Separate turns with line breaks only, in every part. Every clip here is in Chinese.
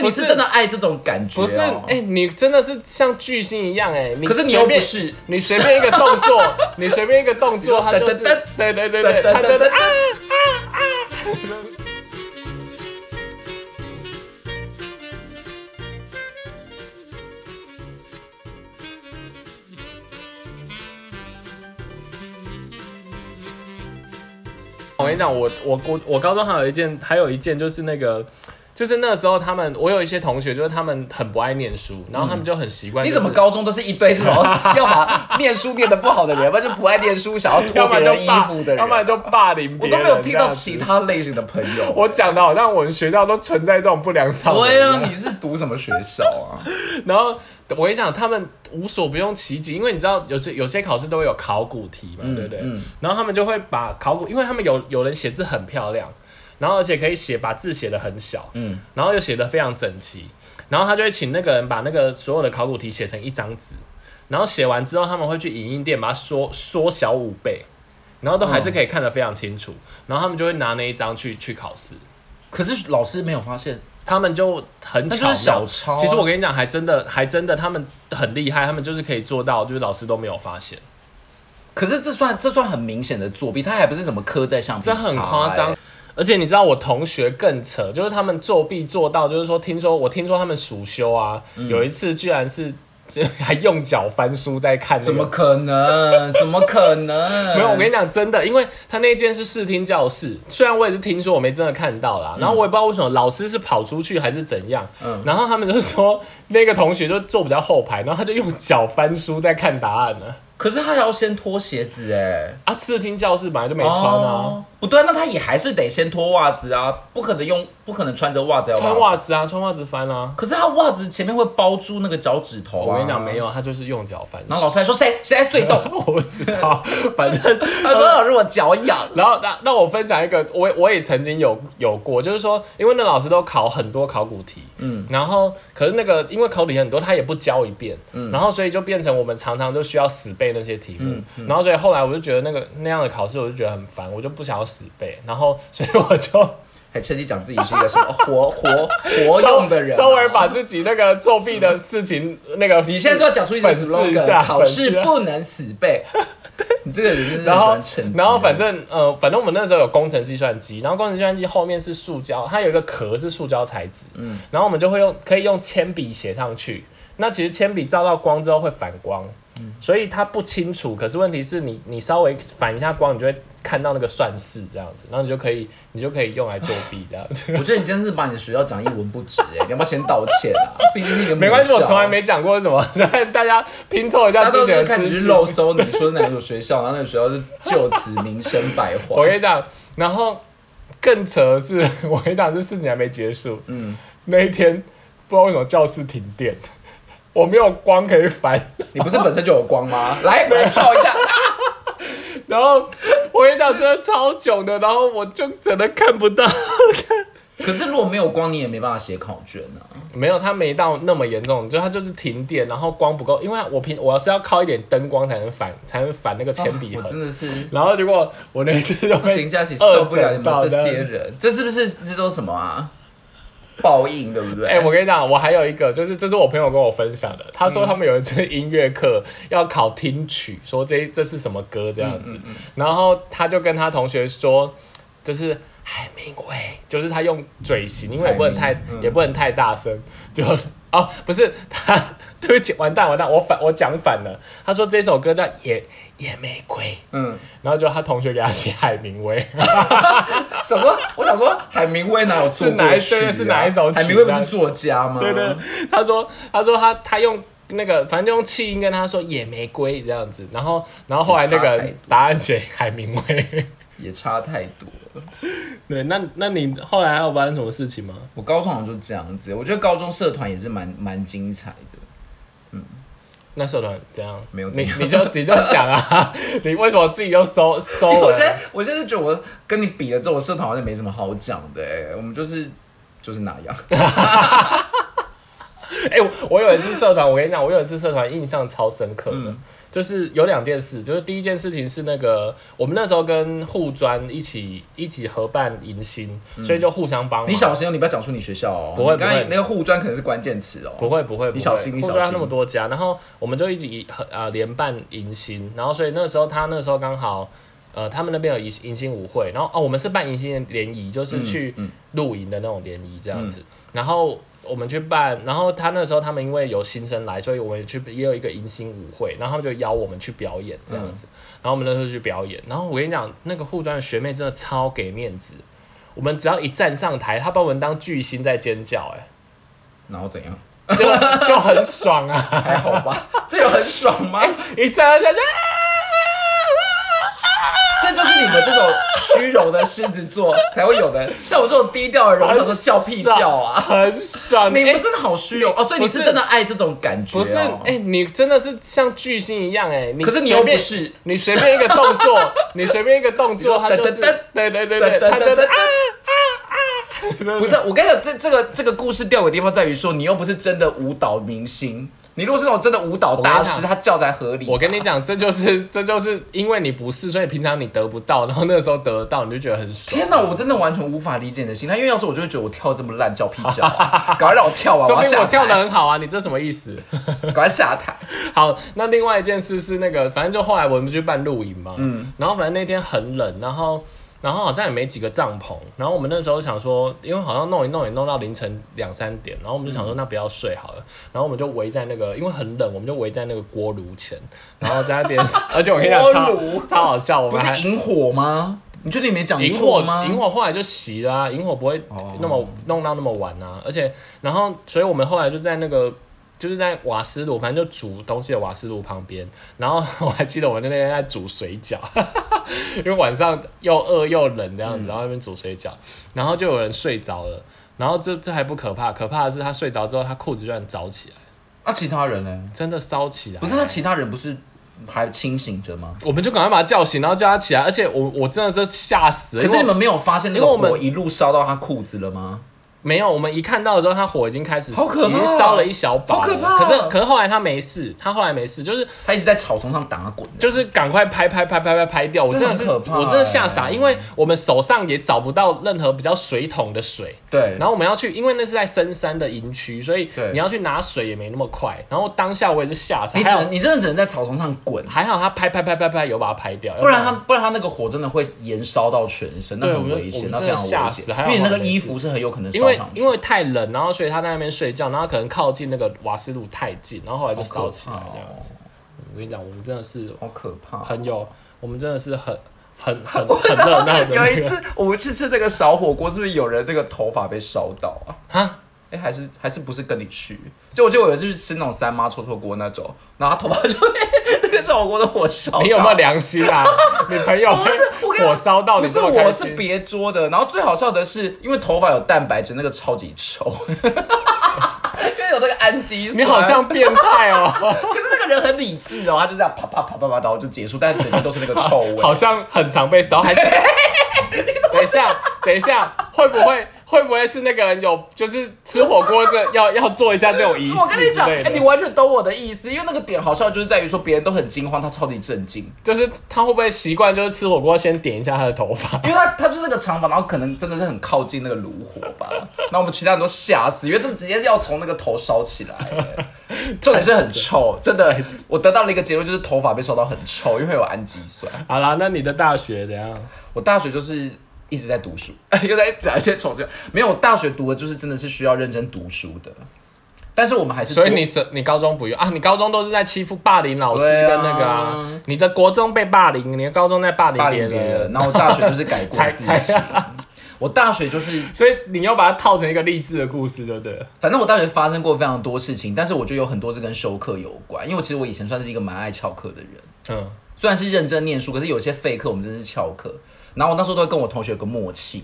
你是真的爱这种感觉、哦，
不是，哎、 你真的是像巨星一样、哎，你
可是你又
随
不
便，
是，
你随便一个动作，你随便一个动
你说
作，他就是
噔噔噔，
对对
噔
对对，
噔
他
噔
就是
噔
啊，我跟你讲，我我我我高中还有一件，还有一件就是那个，就是那时候他们，我有一些同学，就是他们很不爱念书，然后他们就很习惯、
你怎么
就是
高中都是一堆这 种，要么念书念的不好的人，要么就不爱念书想要脱
要不
别
然
人
就
衣
霸
服的人，
要不然就霸凌
我
别
都
人。
没有听到
这
其
样子。
他类型的朋友。
我讲的好像我们学校都存在这种不良少年。
对啊，你是读什么学校啊？
然后我跟你讲，他们无所不用其极，因为你知道有些有些考试都会有考古题嘛，对不对？
嗯
然后他们就会把考古，因为他们有有人写字很漂亮，然后而且可以写把字写的很小，
嗯，
然后又写的非常整齐，然后他就会请那个人把那个所有的考古题写成一张纸，然后写完之后他们会去影印店把它缩缩小五倍，然后都
哦
还是可以看得非常清楚，然后他们就会拿那一张去去考试。
可是老师没有发现，
他们就很
那
巧
就
妙
是小抄啊
其实我跟你讲，还真的还真的，他们很厉害，他们就是可以做到，就是老师都没有发现，
可是这算这算很明显的作弊，他还不是怎么刻在橡皮
这
擦、
很夸张
哎。。
而且你知道我同学更扯，就是他们作弊做到，就是说，听说我听说他们暑修啊，
嗯
有一次居然是 还用脚翻书在看、那个
怎么可能？怎么可 能？
没有，我跟你讲，真的，因为他那间是视听教室，虽然我也是听说，我没真的看到
嗯
啦。然后我也不知道为什么老师是跑出去还是怎样。然后他们就说那个同学就坐比较后排，然后他就用脚翻书在看答案呢。
可是他要先脱鞋子哎、
啊，视听教室本来就没穿啊，
哦不对啊，那他也还是得先脱袜子啊，不可能用，不可能穿着袜子要
穿。袜子啊，穿袜子翻啊。
可是他袜子前面会包住那个脚趾头、啊。
我跟你讲，没。有，他就是用脚翻
然
书。
后老师还说谁谁在隧 洞？
我不知道，反正
他说老师我脚痒。
然后那那我分享一个，我我也曾经有有过，就是说，因为那老师都考很多考古题，嗯，然后可是那个因为考古题很多，他也不教一遍，嗯，然后所以就变成我们常常就需要死背那些题
嗯
目，然后所以后来我就觉得那个那样的考试我就觉得很烦，我就不想要死背，然后所以我就
还趁机讲自己是一个什么活活活用的人、啊
稍稍微。把自己那个作弊的事情那个
你现在是要讲出一些
粉丝一
slogan，
下
考试
粉丝
不能死背。 你这个人真的是
然
很喜
后
欢趁，机
然后反正呃，反正我们那时候有工程计算机，然后工程计算机后面是塑胶，它有一个壳是塑胶材质，嗯，然后我们就会用可以用铅笔写上去。那其实铅笔照到光之后会反光，
嗯
所以它不清楚。可是问题是你你稍微反一下光，你就会看到那个算式这样子，然后你就可以你就可以用来作弊这样 子。
我觉得你真是把你的学校讲一文不值哎、你要不要先道歉 啊？毕竟是一个母
没关系，我
校
从来没讲过什么， 大家拼凑一
哦大家
下之
都
前
是
的
开
资
始去
讯。
漏搜你说哪所学校，然后 那个学校就就此名声百
我
花。
跟你讲，然后更扯的是，我跟你讲，这事情还没结束。嗯，那一天不知道为什么教室停电，我没有光可以反。
你不是本身就有光 吗？来，我来照一下。
然后我跟你讲，真的超囧的，然后我就真的看不到。
可是如果没有光，你也没办法写考卷啊。
没有，它没到那么严重，就它就是停电，然后光不够，因为我平我要是要靠一点灯光才能反，才能反那个铅笔
我
盒。
真的是
然后结果我那一次就被
林佳琪受不了
二
你们
整到
这些
样子
人，这是不是这都什么啊？报应对不对？
哎、我跟你讲，我还有一个，就是这是我朋友跟我分享的，他说他们有一次音乐课要考听曲，说这这是什么歌这样子，然后他就跟他同学说，就是海明威，就是他用嘴型，因为也不能太、也不能太大声，就哦不是他，对不起，完蛋完蛋，我反我讲反了，他说这首歌叫野野玫瑰，
嗯，
然后就他同学给他写海明威，
想说，我想说，海明威哪有做
是哪一
过去啊
对是哪一首曲
海明威不是作家吗？
对对，他说他说他他用那个反正就用气音跟他说野玫瑰这样子，然后然后后来那
差
个
太多
答案写海明威。
也差太多了。
对，那那你后来还有发生什么事情吗？
我高中好像就这样子，我觉得高中社团也是蛮蛮精彩的。
那社团怎样？
没有怎
你
样
你就你就讲 啊，你为什么自己又收收
我
了
现？在我现在就觉得我跟你比了之后，我社团好像没 什么好讲的、欸，我们就是就是那样。
哎、哎、我我有一次社团，我跟你讲，我有一次社团印象超深刻的，就是有两件事，就是第一件事情是那个我们那时候跟护专一起一起合办迎新，所以就互相帮忙。
你小心哦，你不要讲出你学校哦。
不会
你刚才
不会
那个护专可能是关键词哦。
不会不会，
你小心你
护
小
专
心
那么多家，然后我们就一直以呃联办迎新，然后所以那时候他那时候刚好呃他们那边有迎迎新舞会，然后哦我们是办迎新联谊，就是去
嗯
露营的那种联谊这样子，然后。我们去办，然后他那时候他们因为有新生来，所以我们也去也有一个迎新舞会，然后他们就邀我们去表演这样子，
嗯
然后我们那时候去表演，然后我跟你讲，那个护专的学妹真的超给面子，我们只要一站上台，她把我们当巨星在尖叫、哎，
然后怎样？
就就很 爽啊！
还好 吧，这有很爽吗？
一站下去，
这就是你们这种虚荣的狮子座才会有的，像我这种低调的人，我想说叫屁叫啊！
很爽。
你
哎
们真的好虚荣哦，所以你
不
是
是
真的爱这种感觉、哦，
不是哎、你真的是像巨星一样哎、你
可是你又
随便
不是，
你随便一个 动作，你随便一个动作，
你说
他就
噔
是
噔噔
对对
噔
对对，
噔
他就
噔
是
噔
啊，
不是，我跟你讲，这这个这个故事吊诡的地方在于说，你又不是真的舞蹈明星，你如果是那种真的舞蹈大师，
我跟你讲
他叫才合理。
我跟你，讲，这就是这就是因为你不是，所以平常你得不到，然后那个时候得到，你就觉得很爽。
天哪，我真的完全无法理解你的心态，因为要是我就会觉得我跳这么烂，叫屁叫、 啊，赶快让我跳完，
说
我要
明
下
我跳的
台，
很好啊，你这什么意思？
赶快下台。
好，那另外一件事是那个，反正就后来我们去办露营嘛，
嗯
然后反正那天很冷，然后然后好像也没几个帐篷，然后我们那时候想说，因为好像弄一弄也弄到凌晨两三点，然后我们就想说
嗯
那不要睡好了，然后我们就围在那个，因为很冷，我们就围在那个锅炉前，然后在那边， 而且我跟你
锅
讲超
炉
超好笑， 我
不
们
是
还。
萤火吗？你确定你没讲
萤
错
火
吗？
萤火后来就熄了、啊，萤火不会
哦
那么、弄到那么晚啊。而且，然后，所以我们后来就在那个就是在瓦斯炉，反正就煮东西的瓦斯炉旁边。然后 我还记得我们那天在煮水饺，因为晚上又饿又冷这
嗯
样子，然后那边煮水饺，然后就有人睡着了。然后这这还不可怕，可怕的是他睡着之后，他裤子居然着起来，
那、啊其他人呢？
真的烧起来。
不是，那其他人不是还清醒着吗？
我们就赶快把他叫醒，然后叫他起来。而且我我真的是吓死了，
可
因为
是你们没有发现那
因
个
为我们
火一路烧到他裤子了吗？
没有，我们一看到的时候，他火已经开始，
好可怕
已经烧了一小把了。
好可怕
可是可是后来他没事，他后来没事，就是
他一直在草丛上打滚。
就是赶快拍拍拍拍拍拍掉。我真的是
这很可怕欸
我真的吓傻，因为我们手上也找不到任何比较水桶的水。
对，
然后我们要去，因为那是在深山的营区，所以
对
你要去拿水也没那么快。然后当下我也是吓傻，
你只
还好
能你真的只能在草丛上滚，
还好他拍拍拍拍拍有把它拍掉，要
不然他不然他那个火真的会延烧到全身，那
对
很
我们
危
我
险，
们
那非
真的
常
吓
危
死
险
还。好
因为你那个
我们没
衣
事
服是很有可能
因
烧
为
上去。
因为太冷，然后所以他在那边睡觉，然后他可能靠近那个瓦斯炉太近，然后后来就烧起来
好可怕哦
这样子。我跟你讲，我们真的是
好可怕！
很有，我们真的是 很很很很热闹的、那个。
有一次我们去吃那个小火锅，是不是有人那个头发被烧到啊？
哈，
哎、还是还是不是跟你去？就我记得我有一次去吃那种三妈臭臭锅那种，然后他头发就被那个小火锅的火烧到。
你有没有良心啊？ 你朋友
我
被
跟你
火烧到，
不
你
是
这么开
我是
心？
别桌的，然后最好笑的是，因为头发有蛋白质，那个超级臭， 因为有那个氨基酸。
你好像变 态哦，
可是那个人很理智哦，他就这样啪啪啪啪啪，然后就结束，但整个都是那个臭味。
好像很常被烧，还是？等一下，等一下，会不会会不会是那个人有就是吃火锅这要要做一下这种仪
我跟你
式之
讲，
类
哎、你
的？
完全懂我的意思，因为那个点好笑就是在于说别人都很惊慌，他超级震惊，
就是他会不会习惯就是吃火锅先点一下他的头发？
因为他他就是那个长发，然后可能真的是很靠近那个炉火 吧。然后我们其他人都吓死，因为这直接要从那个头烧起 来耶，重点是很臭，真的。我得到了一个结论，就是头发被烧到很臭，因为会有氨基酸。
好啦，那你的大学怎样？
我大学就是一直在读书， 又在讲一些重学。没有，我大学读的就是真的是需要认真读书的，但是我们还是
所以
多
你是你高中不用啊？你高中都是在欺负霸凌老师
对
跟
啊
那个啊？你的国中被霸凌，你的高中在霸凌
霸
别
凌别人，
人，
然后我大学就是改过
才
自
才
新。我大学就是，
所以你要把它套成一个励志的故事，就对了。
反正我大学发生过非常多事情，但是我觉得有很多是跟修课有关，因为我其实我以前算是一个蛮爱翘课的人，
嗯，
虽然是认真念书，可是有些废课我们真的是翘课。然后我那时候都会跟我同学有个默契，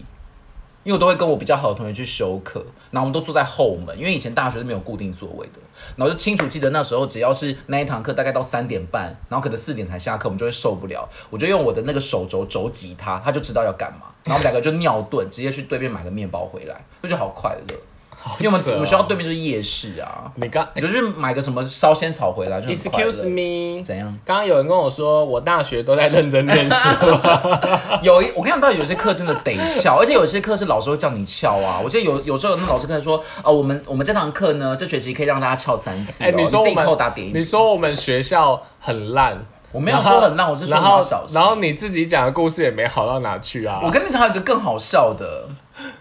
因为我都会跟我比较好的同学去修课，然后我们都坐在后门，因为以前大学是没有固定座位的。然后就清楚记得那时候，只要是那一堂课大概到三点半，然后可能四点才下课，我们就会受不了。我就用我的那个手肘肘击他，他就知道要干嘛。然后我们两个就尿遁，直接去对面买个面包回来，就觉得好快乐。因为我
扯
们
哦
我们学校对面就是夜市啊，
你刚
你就是买个什么烧仙草回来就很快乐。
Excuse me，
怎样？哎
刚刚有人跟我说，我大学都在认真 念书，
有一，我跟你讲，到底有些课真的得翘，而且有些课是老师会叫你翘啊。我记得有有时候有那老师跟你说，啊，我们我们这堂课呢，这学期可以让大家翘三次、哦。
哎、你说我
自己扣打
们
点，一
你说我们学校很烂，
我没有
然后
说很烂，我是说
然
你要
后
小心。
然后你自己讲的故事也没好到哪去啊。
我跟你讲，还有一个更好笑的，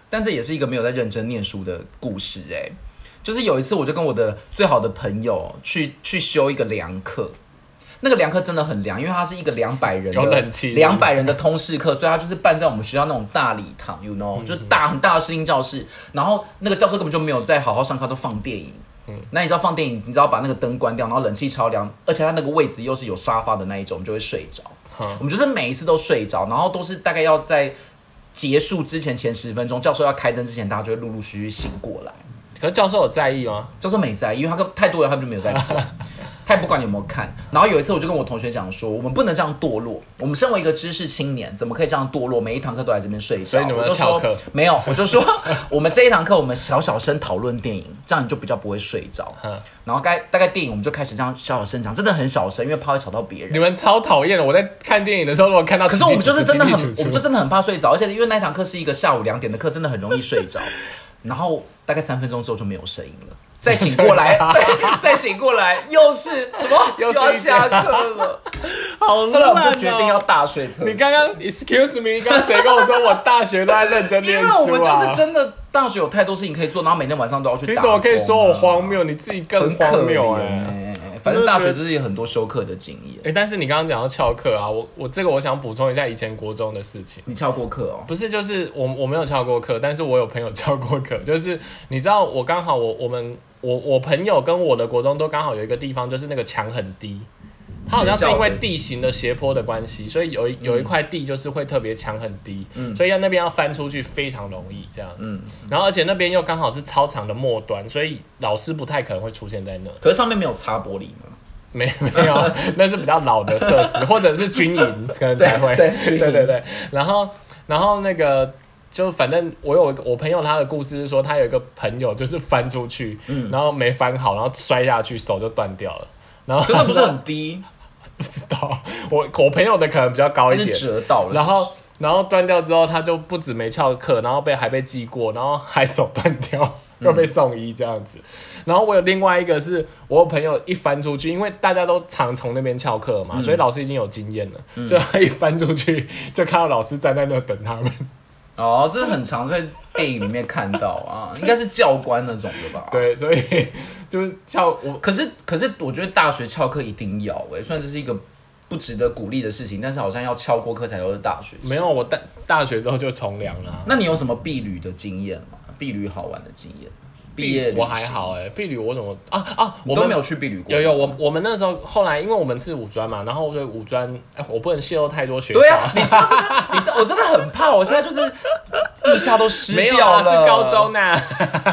但这也是一个没有在认真念书的故事哎、就是有一次，我就跟我的最好的朋友去去修一个凉课，那个凉课真的很凉，因为它是一个两百人的
有冷气是不是
两百人的通识课，所以它就是办在我们学校那种大礼堂，you know，就
嗯
大很大的视听教室，然后那个教授根本就没有在好好上课，都放电影。
嗯
那你知道放电影，你知道把那个灯关掉，然后冷气超凉，而且它那个位置又是有沙发的那一种，我们就会睡着。
哼
我们就是每一次都睡着，然后都是大概要在结束之前前十分钟，教授要开灯之前，大家就会陆陆续续醒过来。
可是教授有在意吗？
教授没在，因为他跟太多人，他们就没有在 管，他也不管你有没有看。然后有一次，我就跟我同学讲说，我们不能这样堕落。我们身为一个知识青年，怎么可以这样堕落？每一堂课都来这边睡觉。
所以你们
我就
翘
说
课
没有，我就说我们这一堂课我们小小声讨论电影，这样你就比较不会睡着。
嗯
然后该大概电影我们就开始这样小小声讲，真的很小声，因为怕会吵到别人
你。们超讨厌的。我在看电影的时候，如果看到
可是
自己
我们
煮出，
就是真的很
自己煮，出
我们就真的很怕睡着，而且因为那一堂课是一个下午两点的课，真的很容易睡 着。然后大概三分钟之后就没有声音了，再醒过来，对， 再醒过来又是什么？
啊 又是一
要下课 了。
好
后
烂
来
哦
我们就决定要。大睡特睡
你刚刚 excuse me，刚刚谁跟我说我大学都在认真
因
念
为
书啊？
我们就是真的大学有太多事情可以做，然后每天晚上都要去打
你
工啊。
怎么可以说我荒谬？你自己更
很可
荒
怜
谬哎、
欸？反正大学就是有很多休课的经验。
哎、但是你刚刚讲到翘课啊，我我这个我想补充一下以前国中的事情。
你翘过课哦？
不是，就是我我没有翘过课，但是我有朋友翘过课。 就是你知道，我刚好我我们我我朋友跟我的国中都刚好有一个地方，就是那个墙很低。它好像是因为地形的斜坡的关系，所以有一有一块地就是会特别墙很低，所以要那边要翻出去非常容易这样子。然后而且那边又刚好是操场的末端，所以老师不太可能会出现在那。
可是上面没有擦玻璃吗？
没 没有，那是比较老的设施，或者是军营可能才会。
对军
对
营
对对然后然后那个就反正我有一个我朋友他的故事是说，他有一个朋友就是翻出去，
嗯
然后没翻好，然后摔下去手就断掉了。然后
可是不是很低，
不知道，我我朋友的可能比较高
还
一
是
点，
折到了是不是？
然后然后断掉之后，他就不止没翘课，然后被还被记过，然后还手断掉，
嗯
又被送医这样子。然后我有另外一个是我有朋友一翻出去，因为大家都常从那边翘课
嗯
嘛，所以老师已经有经验了，所以他一翻出去就看到老师站在那等他们。
哦，这是很常在电影里面看到 啊，应该是教官那种的吧？。
对，所以就是翘我
可是，可是我觉得大学翘课一定要哎、虽然这是一个不值得鼓励的事情，但是好像要翘过课才都是大学。
没，有我大大学之后就从良了啊。
那你有什么避旅的经验吗？避旅好玩的经验？毕业旅行
我还，好哎、欸，避旅我怎么啊啊？我
我都
们
没有去避旅过。
有有，我我们那时候后来，因为我们是五专嘛，然后对五专， 哎，我不能泄露太多学校。
对啊呀、你知道这个，你知道我真的很怕，我现在就是腋下都湿
没有
掉
啊，
了。
是高中呐、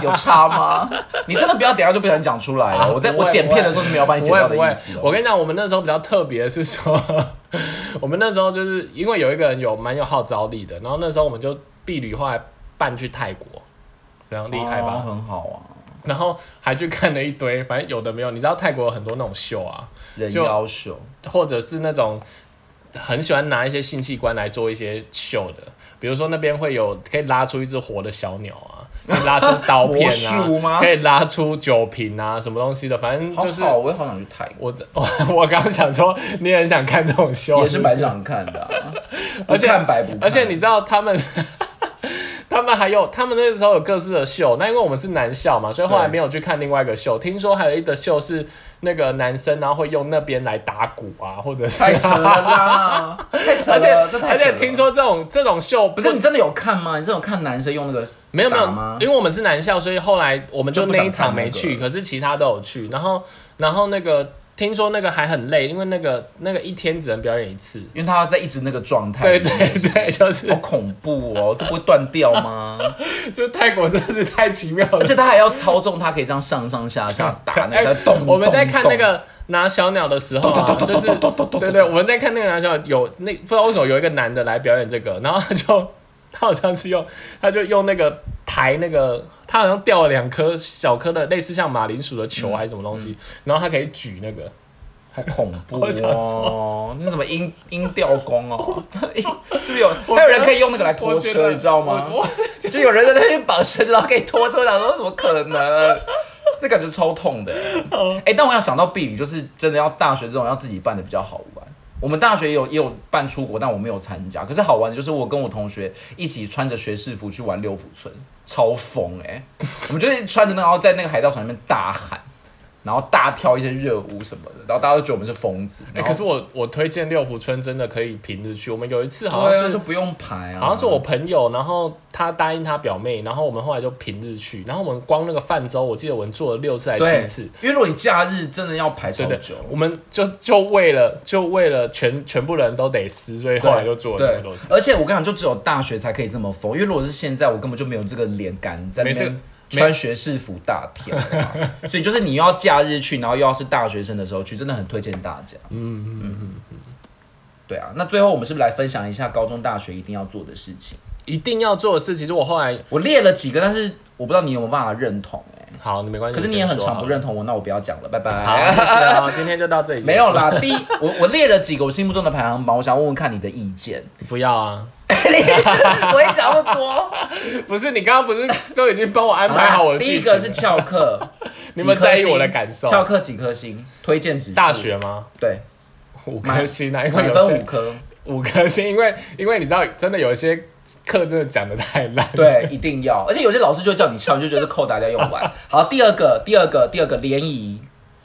有差吗？你真的不要等一下就不想讲出来了。我在
不会
我剪片的时候是没有把你
不
剪
会
掉
啊不
的
会
意思、哦。，
我跟你讲，我们那时候比较特别是说， 我们那时候就是因为有一个人有蛮有号召力的，然后那时候我们就避旅后来办去泰国，非常厉害吧？
哦很好啊，
然后还去看了一堆，反正有的没有。你知道泰国有很多那种秀啊，
人
就
妖秀。
或者是那种很喜欢拿一些性器官来做一些秀的，比如说那边会有可以拉出一只活的小鸟 啊，可以拉出刀片
魔术
啊，
吗
可以拉出酒瓶啊，什么东西的，反正
好
就是
好，我也好想去泰国，
我我 我刚刚想说，你也很想看这种秀，
也是蛮想看 的、啊，
而且
不看白不看
而且你知道他们， 他们还有他们那时候有各式的秀，那因为我们是男校嘛，所以后来
对
没有去看另外一个秀。听说还有一个秀是那个男生，然后会用那边来打鼓啊，或者是。
太扯了啦， 太扯
而且
了，这太
而
扯了
且听说这种这种秀不
不是你真的有看吗？你真的有看男生用那个
没有没有
打吗，
因为我们是男校，所以后来我们就
就不
那
想
一场
看那
没去，
个
可是其他都有去。然后然后那个听说那个还很累，因为那个那个一天只能表演一次。
因为他在一直那个状态
对
里面，
对对，就是
好恐怖哦，都不会断掉 吗？
就是泰国真的是太奇妙了
而。且他还要操纵，他可以这样上上下下打那个
哎
洞。
我们在
咚
看那，个拿小鸟的时候啊，就是对对，我们在看那个拿小鸟，有那不知道为什么有一个男 的来表演这个，然后他就他好像是用他就用那个抬那个他好像掉了两颗小颗的，类似像马铃薯的球还是什么东
嗯
西，然后他可以举那个，
好恐怖
我想
哦！那什么音音调工哦，音 是不是有
我
还有人可以用那个来
我
拖
觉得
车，你知道吗？
我我
就有人在那边绑绳子，然后可以拖车，想说怎么可能？ 那感觉超痛的、哎、但我想想到避旅，就是真的要大学这种要自己办的比较好玩。我们大学也有也有办出国，但我没有参加。可是好玩的就是我跟我同学一起穿着学士服去玩六福村，超疯哎、我们就是穿着那个，然后在那个海盗船上面大喊，然后大跳一些热舞什么的，然后大家都觉得我们是疯子。
哎、
然后
可是我我推荐六福村真的可以平日去。我们有一次好
对
像
啊，
是、
就不用排啊，
好像是我朋友，然后他答应他表妹，然后我们后来就平日去，然后我们光那个泛舟，我记得我们做了六次还
对
是七次。，
因为如果你假日真的要排超
对对
久，，
我们就就为了就为了全全部人都得撕，所以后来就做了那么多次。
对而且我跟你讲，就只有大学才可以这么疯，因为如果是现在，我根本就没有这个脸敢在那
没这
边穿学士服大跳。啊 所以就是你又要假日去，然后又要是大学生的时候去，真的很推荐大家。嗯嗯嗯对啊，那最后我们是不是来分享一下高中、大学一定要做的事情？
一定要做的事，其实我后来
我列了几个，但是我不知道你有没有办法认同哎、
好，你没关系。
可是你也很
先说
常
好
不
了。
认同我，那我不要讲了，拜拜。
好，谢谢哦，今天就到这里。
没有，啦，第一，我我列了几个我心目中的排行榜，我想问问看你的意 见。
不要啊！
我也讲不多，
不是你刚刚不是都已经帮我安排好我的
第一
剧情
个
了
是翘课，
你们
几颗
在意
星
我的感受
翘课几颗星？推荐指数
大学吗？
对，
五颗星啊，因为
满
有
嗯分
些
五颗，
五颗星，因为因为你知道，真的有一些课真的讲的太烂。，
对，一定要。而且有些老师就会叫你翘，你就觉得扣打掉用 完。好，第二个，第二个，第二个联谊。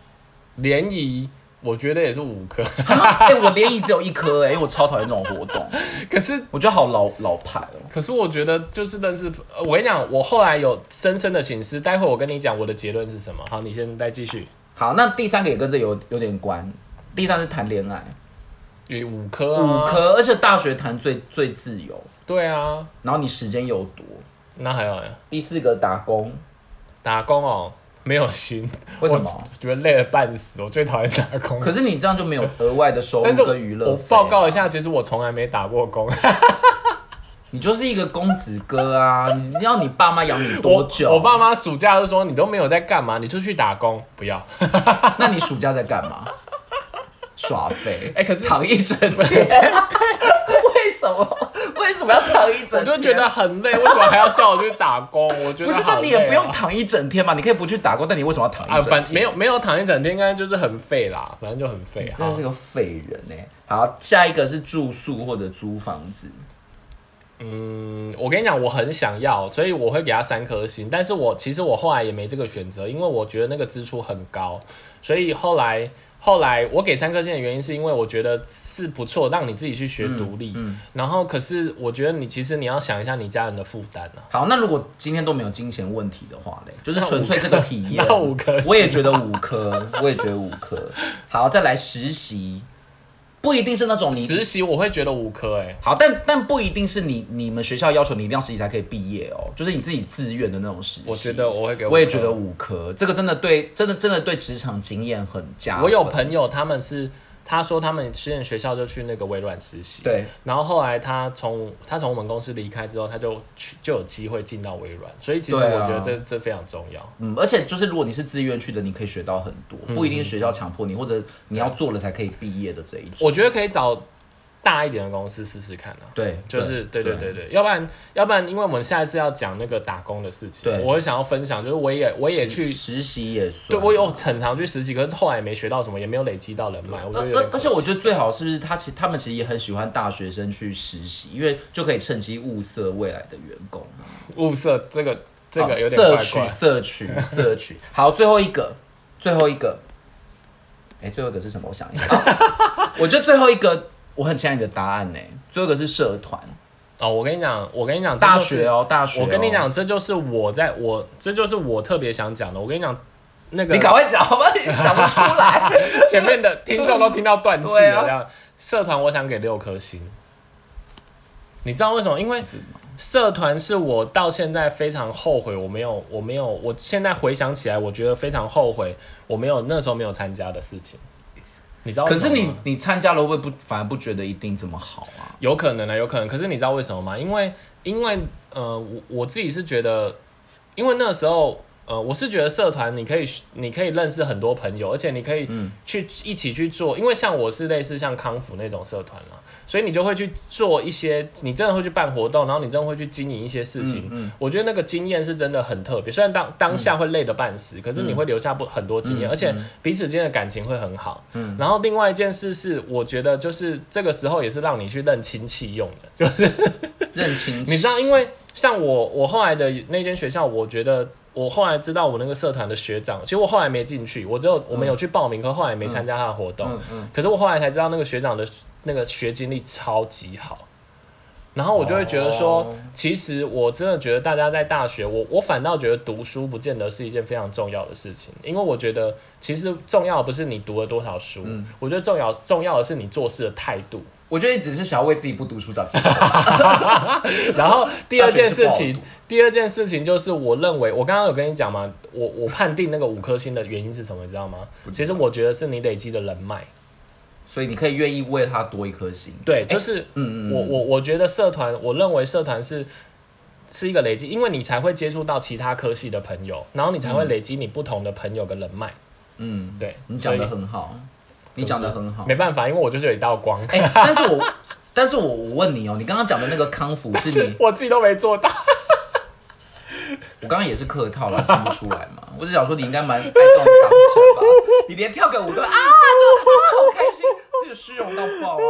联谊我觉得也是五颗，
哎、我联谊只有一颗哎、因为我超讨厌这种活动，
可是
我觉得好老老派哦。
可是我觉得就是认识，呃我跟你讲，我后来有深深的醒思，待会我跟你讲我的结论是什么。好，你先再继续。
好，那第三个也跟这有有点关。第三是谈恋爱，
你五颗、啊，
五，颗，而且大学谈最最自由，
对啊，
然后你时间又多。
那还有欸
第四个打工，
打工哦，没有心，
为什么
我觉得累得半死，我最讨厌打工。
可是你这样就没有额外的收
嗯但
入
是
跟娱
我
乐
我
费啊
报告一下，其实我从来没打过工。
你就是一个公子哥啊！你要你爸妈养你多
我
久？
我爸妈暑假就说你都没有在干嘛，你就去打工，不要。
那你暑假在干嘛？耍废？
哎可是
躺一整天， 为什么？为什么要躺一整
我就觉得很累，为什么还要叫我去打工？我觉
啊不
得
是，
好
那
累
你
哦
也不用躺一整天嘛，你可以不去打工，但你为什么要躺
啊，
一整天？
反没有没有躺一整天，应该就是很废啦，反正就很废
真的
啊
是。个废人哎、好，下一个是住宿或者租房子，
嗯，我跟你讲，我很想要，所以我会给他三颗星。但是我其实我后来也没这个选择，因为我觉得那个支出很高，所以后来后来我给三颗星的原因是因为我觉得是不错，让你自己去学
嗯
独立。然后可是我觉得你其实你要想一下你家人的负担啊。
好，那如果今天都没有金钱问题的话嘞，就是纯粹这个体验
那五颗那五颗，
我也觉得五颗，我也觉得五颗。好，再来实习，不一定是那种你
实习我会觉得五颗哎、
好，但但不一定是你你们学校要求你一定要实习才可以毕业哦，就是你自己自愿的那种实习。
我觉得我会给五颗
我也觉得五颗，这个真的对，真的真的对职场经验很加分。
我有朋友他们是，他说他们之前学校就去那个微软实习，
对，
然后后来他从他从我们公司离开之后，他就去就有机会进到微软，所以其实我
对啊
觉得这、这非常重要。
嗯，而且就是如果你是自愿去的，你可以学到很多，不
嗯
一定是学校强迫你，或者你要做了才可以毕业的这一种。
我觉得可以找大一点的公司试试看啊。
对，
就是对对对对，要不然要不然，因为我们下一次要讲那个打工的事情
对，
我会想要分享，就是我也我也去，
实习也算。
对我有很常去实习，可是后来也没学到什么，也没有累积到人脉，我觉
而
得有
而
点可
呃而
惜
且我觉得最好是不是他其他们其实也很喜欢大学生去实习，因为就可以趁机物色未来的员工，
物色这个这
啊
个有点怪
摄
怪。
取摄取摄取。好，最后一个，最后一个，哎、最后一个是什么？我想一下， 啊我觉得最后一个我很期待你的答案呢、最后一个是社团，
哦，我跟你讲，我跟你讲，这
大
就是
学哦，大学、
我跟你，讲，这就是我在我这就是我特别想讲的。我跟你讲，那个
你赶快讲 好吧，你讲不出来。
前面的听众都听到断气
对
了，
啊
这样、社团我想给六颗星。你知道为什么？因为社团是我到现在非常后悔，我没有，我没有，我现在回想起来，我觉得非常后悔，我没有那时候没有参加的事情。你知道为
可
什么
是
吗？
你你参加了会不会不反而不觉得一定这么好啊？
有可能啊，有可能。可是你知道为什么吗？因为因为呃，我我自己是觉得因为那时候呃，我是觉得社团你可以你可以认识很多朋友，而且你可以去、一起去做，因为像我是类似像康复那种社团啦，所以你就会去做一些，你真的会去办活动，然后你真的会去经营一些事情。我觉得那个经验是真的很特别，虽然当当下会累得半死，可是你会留下不很多经验，而且彼此间的感情会很好。然后另外一件事是，我觉得就是这个时候也是让你去认亲戚用的，
认清
你知道，因为像我，我后来的那间学校，我觉得我后来知道我那个社团的学长，其实我后来没进去，我只有我们有去报名，可后来没参加他的活动。
嗯嗯
可是我后来才知道那个学长的那个学经历超级好，然后我就会觉得说，
哦
其实我真的觉得大家在大学，我我反倒觉得读书不见得是一件非常重要的事情，因为我觉得其实重要的不是你读了多少书，我觉得重要重要的是你做事的态度。
我觉得你只是想要为自己不读书找借 口。
然后第二件事
大学是
情
不好，
第二件事情就是我认为，我刚刚有跟你讲嘛，我我判定那个五颗星的原因是什么，你知道吗？其实我觉得是你累积的人脉，
所以你可以愿意为他多一颗心。
对，就是嗯我我我觉得社团，我认为社团是。是一个累积，因为你才会接触到其他科系的朋友，然后你才会累积你不同的朋友跟人脉。
嗯，
对，
你讲的
所
很好，你讲的很好
以没。办法，因为我就是有一道光，
哎、但是我，但是我我问你哦、你刚刚讲的那个康复是你，
我自己都没 做到。
我刚刚也是客套了，听不出来嘛。我只想说你应该蛮爱这种掌声吧，你连跳个舞都啊，就啊好开心，这个虚荣到爆啊！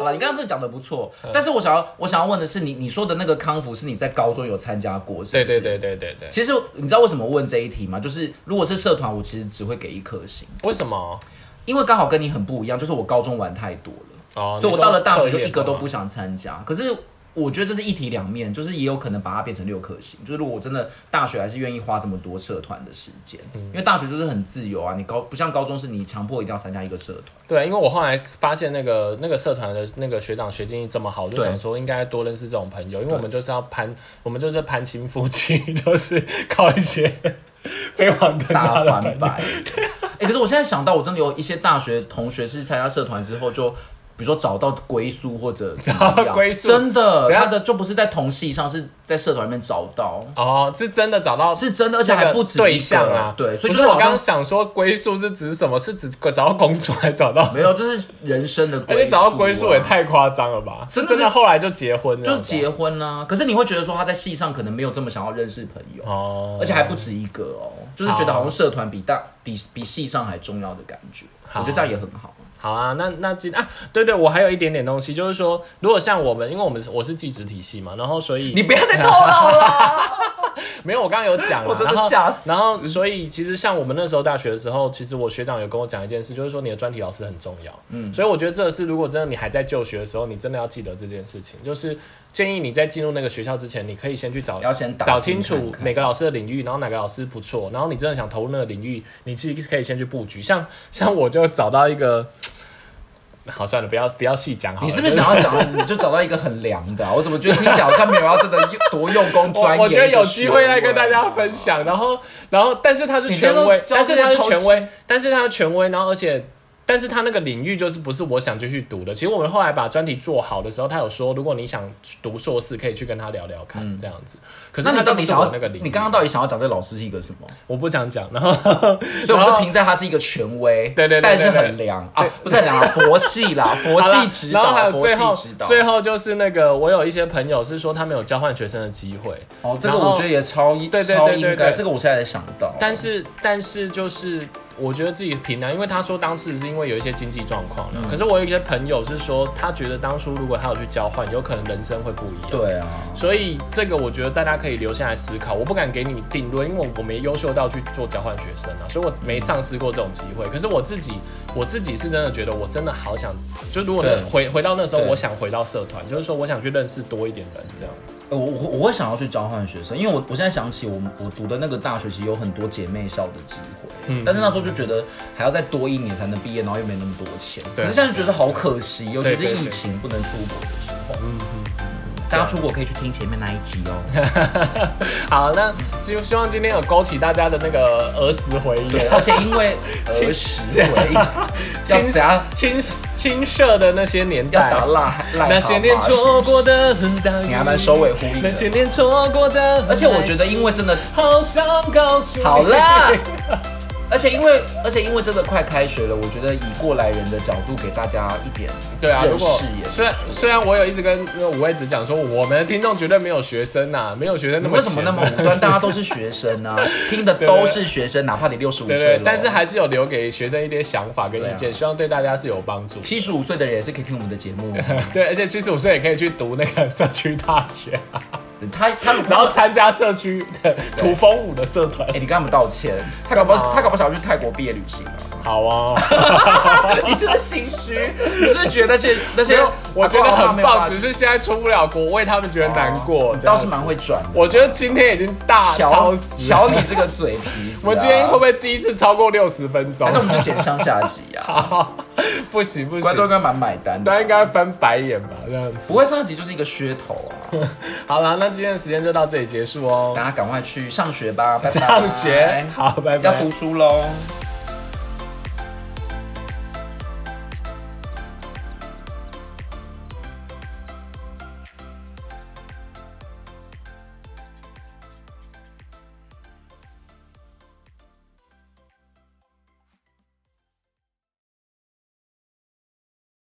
好了，你刚刚真的讲的不错，
嗯
但是我想要我想要问的是你，你说的那个康复是你在高中有参加过，是不
对
是？
对对对对对，
其实你知道为什么我问这一题吗？就是如果是社团，我其实只会给一颗星，
为什么？
因为刚好跟你很不一样，就是我高中玩太多了，
哦，
所以
你
我
说
到了大学
课
就
业
一个都
吗
不想参加。可是我觉得这是一体两面，就是也有可能把它变成六颗星。就是如果我真的大学还是愿意花这么多社团的时间，因为大学就是很自由啊，你高不像高中是你强迫一定要参加一个社团。
对，因为我后来发现那个那个社团的那个学长学经历这么好，我就
对
想说应该多认识这种朋友，因为我们就是要攀，我们就是攀亲 附近，就是靠一些 飞黄腾
大
达的朋
翻
友。
白。 哎、可是我现在想到，我真的有一些大学同学是参加社团之后就。比如说找到归宿或者怎么
找到
样，
归宿
真的，
等下
他的就不是在同系上，是在社团里面找到，
哦，是真的找到
是真的，而且还不止一个
对象啊，
对，所以就
不
是是
我
好
刚
像
刚想说归宿是指什么？是指找到工作还找 到？
没有，就是人生的
而
归宿、啊。
且哎找到归宿也太夸张了吧？
真的
真
是
的后来就结婚了，
就是结婚啦、可是你会觉得说他在系上可能没有这么想要认识朋友，
哦，
而且还不止一个哦，就是觉得
好
好像社团比大比比系上还重要的感觉，我
好
觉得这样也很好。
好啊，那那今啊，对对，我还有一点点东西，就是说，如果像我们，因为我们是我是技职体系嘛，然后所以
你不要再透露了。
没有，我刚刚有讲啊，
我真的
然后
吓死
然后，所以其实像我们那时候大学的时候，其实我学长有跟我讲一件事，就是说你的专题老师很重要。嗯，所以我觉得这是如果真的你还在就学的时候，你真的要记得这件事情，就是建议你在进入那个学校之前，你可以先去找
要先打听
找清
看
楚
看
每个老师的领域，然后哪个老师不错，然后你真的想投入那个领域，你自己可以先去布局。像像我就找到一个，好算了，不要不要细讲好了。
你是不是想要讲，你就找到一个很凉的啊、我怎么觉得听起来好像没有要真的啊用多用功
我
专业？
我觉得有机会
啊
再跟大家分。享。然后，然后，但是他是
你现
权
在都
威，
教
但是
这些
他是
偷
权
吃
威，但是他是权威。然后，而且，但是他那个领域就是不是我想继续读的。其实我们后来把专题做好的时候，他有说，如果你想读硕士，可以去跟他聊聊看、这样子。可是
嗯那
他
你到
就不
底
是
想
我
要
那个领域？
你刚刚到底想要讲这老师是一个 什么？
我不想讲， 然后
所以我
然
们
后
就评在他是一个权威，
对对对对
但是
对
很凉啊，不是很凉啊，佛系 啦，佛
好啦
系指
然后还
导，
有
佛
最后
系指导。
最后就是那个，我有一些朋友是说他们有交换学生的机会，
哦，这个
然后
我觉得也超
对对
超
对对
应该，
对
这个我现在才想到。
但是但是就是我觉得自己平安，因为他说当时是因为有一些经济状况啦、
嗯
可是我有一些朋友是说，他觉得当初如果他有去交换，有可能人生会不一样。。
对啊，
所以这个我觉得大家可以留下来思考，我不敢给你定论，因为我没优秀到去做交换学生啊，所以我没丧失过这种机会。
嗯
可是我自己，我自己是真的觉得，我真的好想，就如果能
对
回回到那时候，
对
我想回到社团，就是说我想去认识多一点人这样子。
呃我我我会想要去交换学生，因为我我现在想起我们我读的那个大学，其实有很多姐妹校的机会，
嗯
但是那时候就觉得还要再多一年才能毕业，然后又没那么多钱，
对
可是现在觉得好可惜，尤其
对嗯
是
对对
疫情不能出国的时候。大
啊
家出国可以去听前面那一集 哦。
好，那就希望今天有勾起大家的那个儿时回忆啊
对，，而且因为儿时回忆，要
青
怎样
青青涩的那些年
要
代，
打蜡蜡
那些年错过的很大雨，
你还蛮首尾呼应
那些
的。
年错过的，
而且我觉得，因为真的
好想告诉你，
好了， 而且因为而且因为真的快开学了，我觉得以过来人的角度给大家一点
对啊，如
认
果
识也不
虽然
错
虽然我有一直跟那个五位子讲说，我们的听众绝对没有学生呐、没有学生那么
为什么
闲
那么无端？大家都是学生啊，听的都是学生，哪怕你六十五
对
岁
对
了，，
但是还是有留给学生一点想法跟意见，
对啊
希望对大家是有帮助。
七十五岁的人也是可以听我们的节目。
对，而且七十五岁也可以去读那个社区大学，
他他如果
然后参加社区的土风舞的社团
哎、。你跟他们道歉，他搞不
干嘛
好他搞不好想要去泰国毕业旅 行啊！
好啊、
你是不是心虚？你是不是觉得那些那
没
些
有，我觉
啊
得很棒，只
是
是现在出不了国，为他们觉得难
哦倒
过。
是
这样子
蛮会转的。
我觉得今天已经大
瞧
超时了。
瞧你这个嘴皮子、啊，
我今天会不会第一次超过六十分钟
还是？我们就剪上下集啊？
不行不
观众
行，
应该蛮买单
大家
的，
应该翻白眼吧，这样子。
不会上集就是一个噱头 啊！
好了，那今天的时间就到这里结束哦。
大家赶快去上学吧，拜拜。
上学，好，拜拜。
要读书喽。